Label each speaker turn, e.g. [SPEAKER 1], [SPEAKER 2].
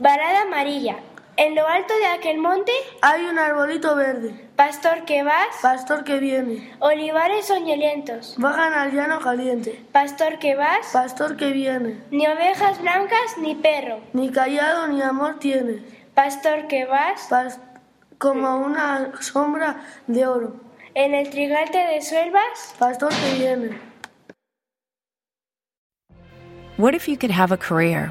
[SPEAKER 1] Varada amarilla. En lo alto de aquel monte
[SPEAKER 2] hay un arbolito verde.
[SPEAKER 1] Pastor que vas,
[SPEAKER 2] pastor que viene.
[SPEAKER 1] Olivares soñolientos.
[SPEAKER 2] Bajan al llano caliente.
[SPEAKER 1] Pastor que vas,
[SPEAKER 2] pastor que viene.
[SPEAKER 1] Ni ovejas blancas ni perro.
[SPEAKER 2] Ni callado ni amor tiene.
[SPEAKER 1] Pastor que vas,
[SPEAKER 2] Pas como una sombra de oro.
[SPEAKER 1] En el trigal te desuelvas,
[SPEAKER 2] pastor que viene.
[SPEAKER 3] What if you could have a career